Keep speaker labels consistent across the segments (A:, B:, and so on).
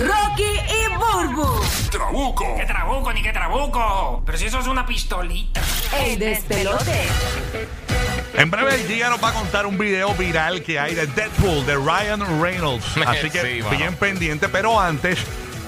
A: Rocky y Burbu.
B: Trabuco.
C: ¡Qué trabuco, ni qué trabuco! Pero si eso es una pistolita.
A: El despelote.
D: En breve el día nos va a contar un video viral que hay de Deadpool de Ryan Reynolds. Así que
E: Sí, mano.
D: bien pendiente, pero antes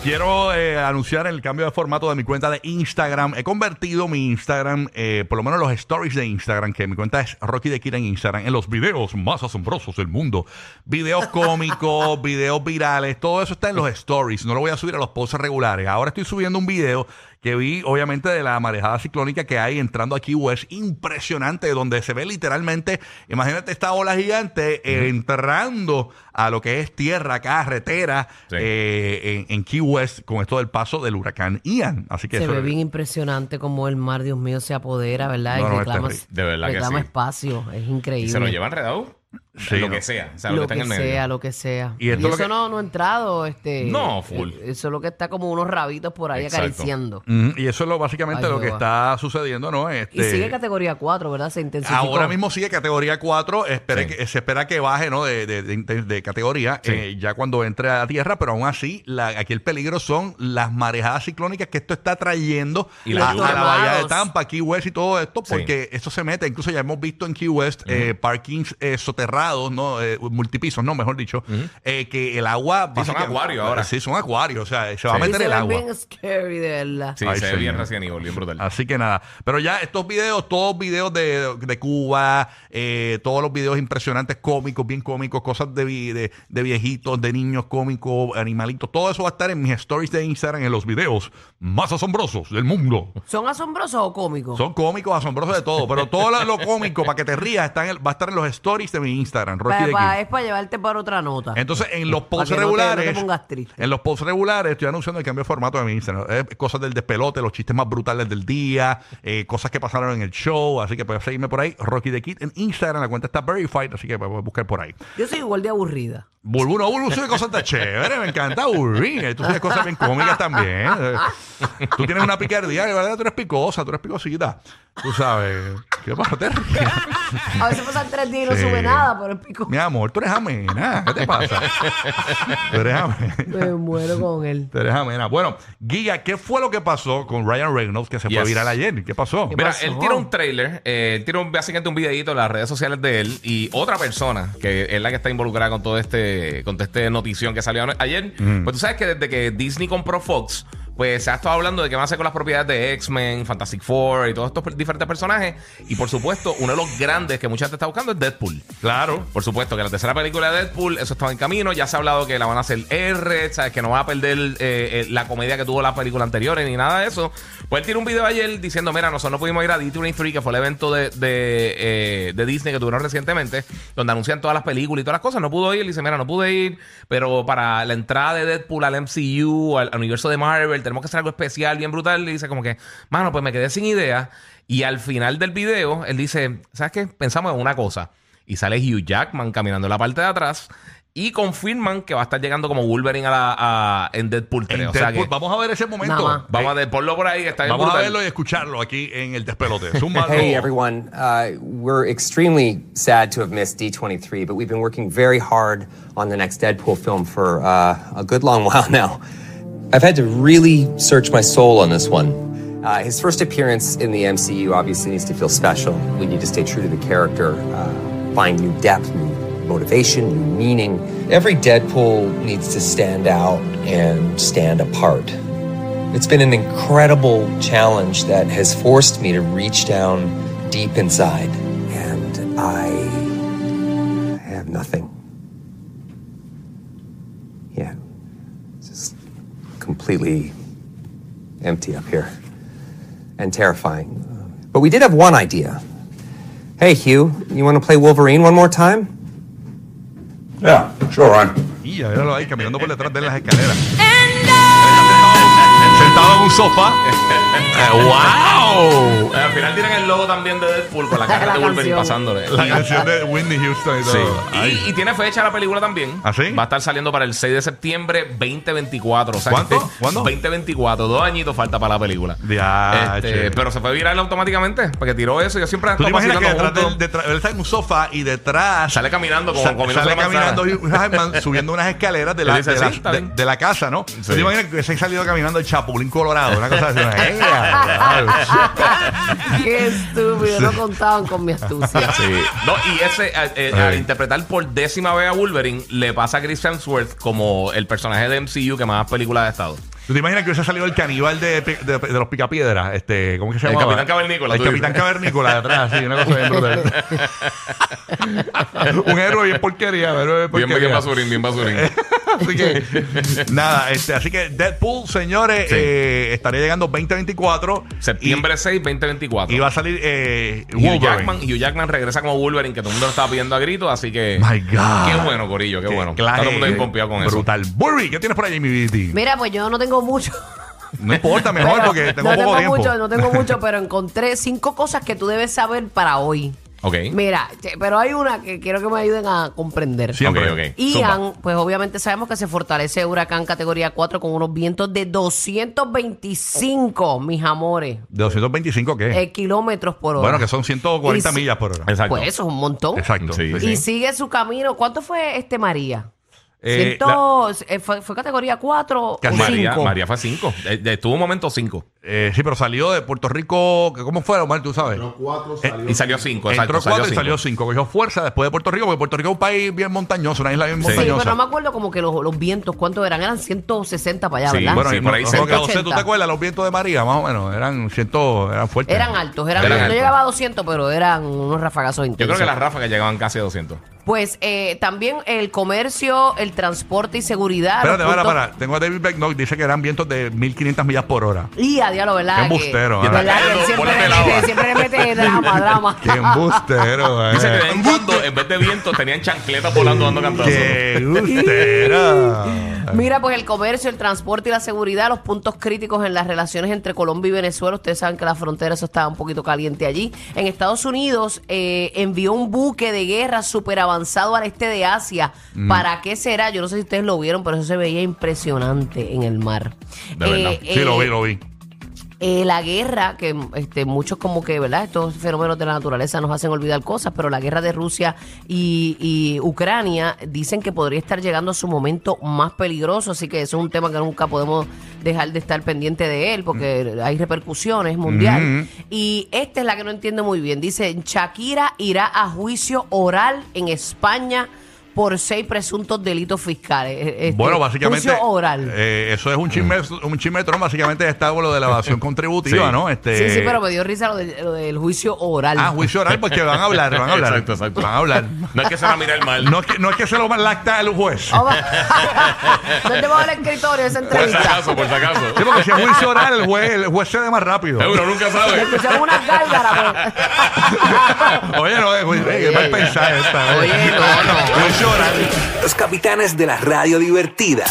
D: quiero eh, anunciar el cambio de formato de mi cuenta de Instagram. He convertido mi Instagram, eh, por lo menos los stories de Instagram, que mi cuenta es Rocky de Kira en Instagram, en los videos más asombrosos del mundo. Videos cómicos, videos virales, todo eso está en los stories. No lo voy a subir a los posts regulares. Ahora estoy subiendo un video que vi obviamente de la marejada ciclónica que hay entrando aquí West, impresionante, donde se ve literalmente, imagínate esta ola gigante eh, entrando a lo que es tierra, carretera,
E: Sí.
D: eh, en, en Key West con esto del paso del huracán Ian. Así que
F: Se
D: eso
F: ve bien impresionante como el mar, Dios mío, se apodera, ¿verdad?
D: No,
F: y
D: no, es
F: reclama,
D: terrible.
E: De verdad que
F: reclama
E: sí.
F: espacio. Es increíble.
E: Y se lo lleva enredado.
D: Sí,
E: lo
D: no.
E: que sea. O sea, lo,
F: Lo
E: que está
F: que
E: en el medio.
F: sea, lo que sea.
D: Y
F: Y,
D: esto lo
F: eso
D: que-
F: no, no ha entrado. Este,
E: No, full.
F: eh, Eso es lo que está como unos rabitos por ahí
E: Exacto.
F: acariciando.
D: Mm, y eso es lo, básicamente
F: Ay,
D: lo que
F: Jehová.
D: está sucediendo, ¿no?
F: Y
D: Este,
F: sigue categoría 4, ¿verdad? Se intensificó.
D: Ahora mismo sigue categoría 4. espere
E: Sí.
D: que- se espera que baje ¿no? de, de- de- de categoría
E: Sí.
D: eh, ya cuando entre a tierra, pero aún así, la- aquí el peligro son las marejadas ciclónicas que esto está trayendo
E: Y la
D: a,
E: lluvia.
D: a la bahía de
F: Tornados.
D: Tampa, Key West y todo esto,
E: Sí.
D: porque esto se mete. Incluso ya hemos visto en Key West eh, parkings eh, soterrados, ¿no? Eh, multipisos, no, mejor dicho, eh, que el agua.
E: Sí, Ah, son
D: básicamente-
E: acuarios ahora.
D: Sí, son acuarios, o sea, se va a
E: Sí.
F: Y
D: meter
F: se
D: el
F: ven
D: agua.
F: bien scary, de verdad.
E: Sí,
D: Ay,
E: se ve bien
D: señor.
E: recién Evil, bien brutal.
D: Así que nada. Pero ya estos videos, todos videos de, de Cuba, eh, todos los videos impresionantes, cómicos, bien cómicos, cosas de, vi- de, de viejitos, de niños cómicos, animalitos, todo eso va a estar en mis stories de Instagram, en los videos más asombrosos del mundo.
F: ¿Son asombrosos o cómicos?
D: Son cómicos, asombrosos de todo, pero todo lo, lo cómico, para que te rías, está en el- va a estar en los stories de mi Instagram, Rocky
F: Pa-
D: de
F: pa-
D: Kid.
F: es para llevarte para otra nota.
D: Entonces, en los posts
F: que no te- no te
D: regulares.
F: pongas triste.
D: en los posts regulares estoy anunciando el cambio de formato de mi Instagram. Eh, cosas del despelote, los chistes más brutales del día, eh, cosas que pasaron en el show. Así que puedes seguirme por ahí. Rocky the Kid en Instagram. La cuenta está verified, así que puedes buscar por ahí.
F: Yo soy igual de aburrida.
D: Bulbu no, Bulbu sube cosas tan chéveres. Me encanta aburrir. Y Tú tienes cosas bien cómicas también. Eh, Tú tienes una picardía. De verdad, tú eres picosa, tú eres picosita. Tú sabes. ¿Qué pasa? Te ríes.
F: A veces pasan tres días y no
D: Sí.
F: sube nada, pero el pico.
D: Mi amor, tú eres amena. ¿Qué te pasa? Tú eres amena.
F: Me muero con él.
D: Te deja amena. Bueno, Guilla, ¿qué fue lo que pasó con Ryan Reynolds que se fue
E: Yes.
D: viral ayer? ¿Qué pasó?
F: ¿Qué
E: Mira,
F: pasó?
E: él tira un trailer, eh, él tira un, básicamente un videito en las redes sociales de él y otra persona que es la que está involucrada con todo este, con toda esta notición que salió ayer. Pues tú sabes que desde que Disney compró Fox, pues se ha estado hablando de qué van a hacer con las propiedades de X-Men, Fantastic Four y todos estos per- diferentes personajes. Y por supuesto, uno de los grandes que mucha gente está buscando es Deadpool.
D: Claro.
E: Por supuesto que la tercera película de Deadpool, eso estaba en camino. Ya se ha hablado que la van a hacer R, ¿sabes? Que no va a perder eh, eh, la comedia que tuvo las películas anteriores ni nada de eso. Pues él tiró un video ayer diciendo: Mira, nosotros no pudimos ir a D23, que fue el evento de, de, eh, de Disney que tuvieron recientemente, donde anuncian todas las películas y todas las cosas. No pudo ir. Él dice: Mira, no pude ir, pero para la entrada de Deadpool al MCU, al, al universo de Marvel, tenemos que hacer algo especial, bien brutal. Y dice: Como que, mano, pues me quedé sin idea. Y al final del video, él dice: ¿Sabes qué? Pensamos en una cosa. Y sale Hugh Jackman caminando en la parte de atrás. Y confirman que va a estar llegando como Wolverine a la, a- en Deadpool 3.
D: En
E: o sea que
D: Deadpool- vamos a ver ese momento.
F: Nada más.
E: vamos
D: Eh,
E: a de- ponlo por ahí que está bien
D: vamos a
E: brutal.
D: verlo y escucharlo aquí en el despelote. Zúmbalo.
G: Hey everyone, uh, we're extremely sad to have missed D23, but we've been working very hard on the next Deadpool film for uh, a good long while now. I've had to really search my soul on this one. Uh, his first appearance in the MCU obviously needs to feel special. We need to stay true to the character, uh, find new depth, new motivation, new meaning. Every Deadpool needs to stand out and stand apart. It's been an incredible challenge that has forced me to reach down deep inside. And I have nothing. Yeah. Just completely empty up here and terrifying. But we did have one idea. Hey, Hugh, you want to play Wolverine one more time?
H: Yeah, sure, Ryan.
D: Guilla, míralo ahí caminando por detrás de las escaleras. sentado en un sofá. Eh, ¡Wow!
E: Al final tienen el logo también de Deadpool con la cara
F: La
E: de Wolverine
F: canción.
E: pasándole.
D: La canción de Whitney Houston y
E: Sí.
D: todo. Ay.
E: Y, y tiene fecha la película también.
D: ¿Ah, sí?
E: Va a estar saliendo para el 6 de septiembre 2024. O sea,
D: ¿Cuánto?
E: que este-
D: ¿Cuándo?
E: 2024. Dos añitos falta para la película.
D: Diache.
E: Este, pero se fue viral automáticamente porque tiró eso. Yo siempre
D: ¿Tú te imaginas que detrás
E: juntos.
D: del- detrás- él está en un sofá y detrás
E: Sale caminando como
D: sa-
E: comiéndose
D: sale
E: la manzana.
D: caminando Hugh Jackman subiendo unas escaleras de la,
E: Él dice,
D: de la,
E: "Sí, está
D: de-
E: bien".
D: de la casa, ¿no? ¿Tú te imaginas que se ha salido caminando el Chapulín Colorado? Una cosa así. ¡Ea!
F: Qué estúpido, no contaban con mi astucia.
E: Sí. No, y ese, eh, eh, al interpretar por décima vez a Wolverine, le pasa a Chris Hemsworth como el personaje de MCU que más películas ha estado.
D: ¿Tú te imaginas que hubiese salido el caníbal de, de, de los Picapiedras? Este, ¿Cómo que se
E: El
D: llama?
E: Capitán Cavernícola,
D: El
E: tú
D: Capitán
E: dices.
D: Cavernícola detrás, sí, una cosa bien brutal. Un héroe bien porquería, un héroe bien
E: Bien,
D: porquería.
E: bien basurín, bien basurín.
D: así que nada, este, así que Deadpool, señores,
E: Sí.
D: eh, estaría llegando 2024.
E: Septiembre 6, 2024.
D: Y, y va a salir eh,
E: Hugh
D: Wolverine.
E: Jackman, Hugh Jackman regresa como Wolverine, que todo el mundo lo estaba pidiendo a gritos, así que.
D: My God.
E: Qué bueno, Corillo, qué, bueno. Está todo el mundo bien pompeado con eso.
D: brutal. eso. Burry, ¿qué tienes por ahí, mi BT?
F: Mira, pues yo no tengo mucho.
D: No importa, mejor,
F: Pero
D: porque tengo
F: no tengo
D: poco tiempo.
F: mucho, no tengo mucho, pero encontré cinco cosas que tú debes saber para hoy.
E: Ok.
F: Mira, che, pero hay una que quiero que me ayuden a comprender.
D: Sí, Siempre.
E: Ok, ok. Zumba.
F: Ian, pues obviamente sabemos que se fortalece huracán categoría 4 con unos vientos de 225, mis amores,
D: ¿De 225 qué?
F: eh, kilómetros por hora.
D: bueno, que son 140
F: Y si-
D: millas por hora.
E: Exacto.
F: Pues eso es un montón.
D: Exacto.
E: Sí.
F: Y sigue su camino. ¿Cuánto fue este María?
D: Eh,
F: Ciento- eh, fue, fue categoría 4 o
D: Casi.
E: María,
F: 5.
E: María fue 5. Estuvo un momento 5.
D: Eh, sí, pero salió de Puerto Rico. ¿Cómo fue, Omar? Tú sabes.
E: Y salió 5.
D: Entró 4 y salió 5. Cogió fuerza después de Puerto Rico, porque Puerto Rico es un país bien montañoso, una isla bien
F: Sí,
D: montañosa.
F: pero no me acuerdo como que los, los vientos, ¿cuántos eran? Eran 160 para allá,
E: Sí,
F: ¿verdad?
D: Bueno,
E: Sí,
D: y
E: por
D: no-
E: ahí
D: no,
E: cerca.
D: que José, ¿tú te
F: 80.
D: acuerdas? Los vientos de María, más o menos, eran ciento, eran fuertes.
F: Eran altos, eran,
E: Eran
F: no
E: altos.
F: llegaba a 200, pero eran unos rafagazos
E: Yo creo
F: intensos.
E: que las ráfagas llegaban casi a 200.
F: Pues eh, también el comercio, el transporte y seguridad. los
D: Espérate, para,
F: puntos-
D: para. Tengo a David Becknock, dice que eran vientos de 1500 millas por hora.
F: Y a diablo, ¿verdad?
D: Qué
F: Que-
D: embustero, ahora.
F: ¿verdad? Que él
E: Ponle
F: siempre,
E: el
F: le
E: agua.
F: mete, siempre le mete drama, drama.
D: ¡Qué embustero, eh!
E: Dice que de vez en cuando, en vez de viento, tenían chancletas volando dando cantazos.
D: ¡Qué embustero!
F: Mira, pues el comercio, el transporte y la seguridad, los puntos críticos en las relaciones entre Colombia y Venezuela. Ustedes saben que la frontera eso está un poquito caliente allí. En Estados Unidos eh, envió un buque de guerra súper avanzado al este de Asia.
D: Mm.
F: ¿Para qué será? Yo no sé si ustedes lo vieron, pero eso se veía impresionante en el mar.
E: De verdad.
D: Sí, lo vi, lo vi.
F: Eh, la guerra, que este, muchos como que, ¿verdad? Estos fenómenos de la naturaleza nos hacen olvidar cosas, pero la guerra de Rusia y, y Ucrania dicen que podría estar llegando a su momento más peligroso, así que eso es un tema que nunca podemos dejar de estar pendiente de él, porque
D: Mm.
F: hay repercusiones mundiales.
D: Mm-hmm.
F: Y esta es la que no entiendo muy bien. Dice, Shakira irá a juicio oral en España por seis presuntos delitos fiscales. Eh, este,
D: Bueno, básicamente.
F: Juicio oral.
D: eh, eso es un chisme, un chisme de Trump, Básicamente está lo de la evasión contributiva,
E: Sí.
D: ¿no? Este,
F: sí, sí, pero pues, me dio risa lo, de- lo del juicio oral.
D: Ah, juicio oral, porque van a hablar, van a hablar.
E: Exacto, exacto.
D: Van a hablar.
E: No es que se la mire el mal.
D: No es que, no es que se lo malacta el juez.
F: Oh, my- ¿Dónde va el escritorio esa
E: por si
F: entrevista?
E: acaso, por si acaso.
D: Sí, porque si es juicio oral, el juez, el juez se ve más rápido.
E: Uno nunca sabe.
F: Escuchamos una gárgara.
D: Oye, no, eh, güey, eh, mal pensada esta. eh.
F: Oye, no, no.
D: Juicio oral.
B: Los capitanes de la radio divertida.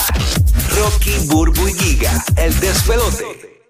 B: Rocky, Burbu y Giga, el despelote.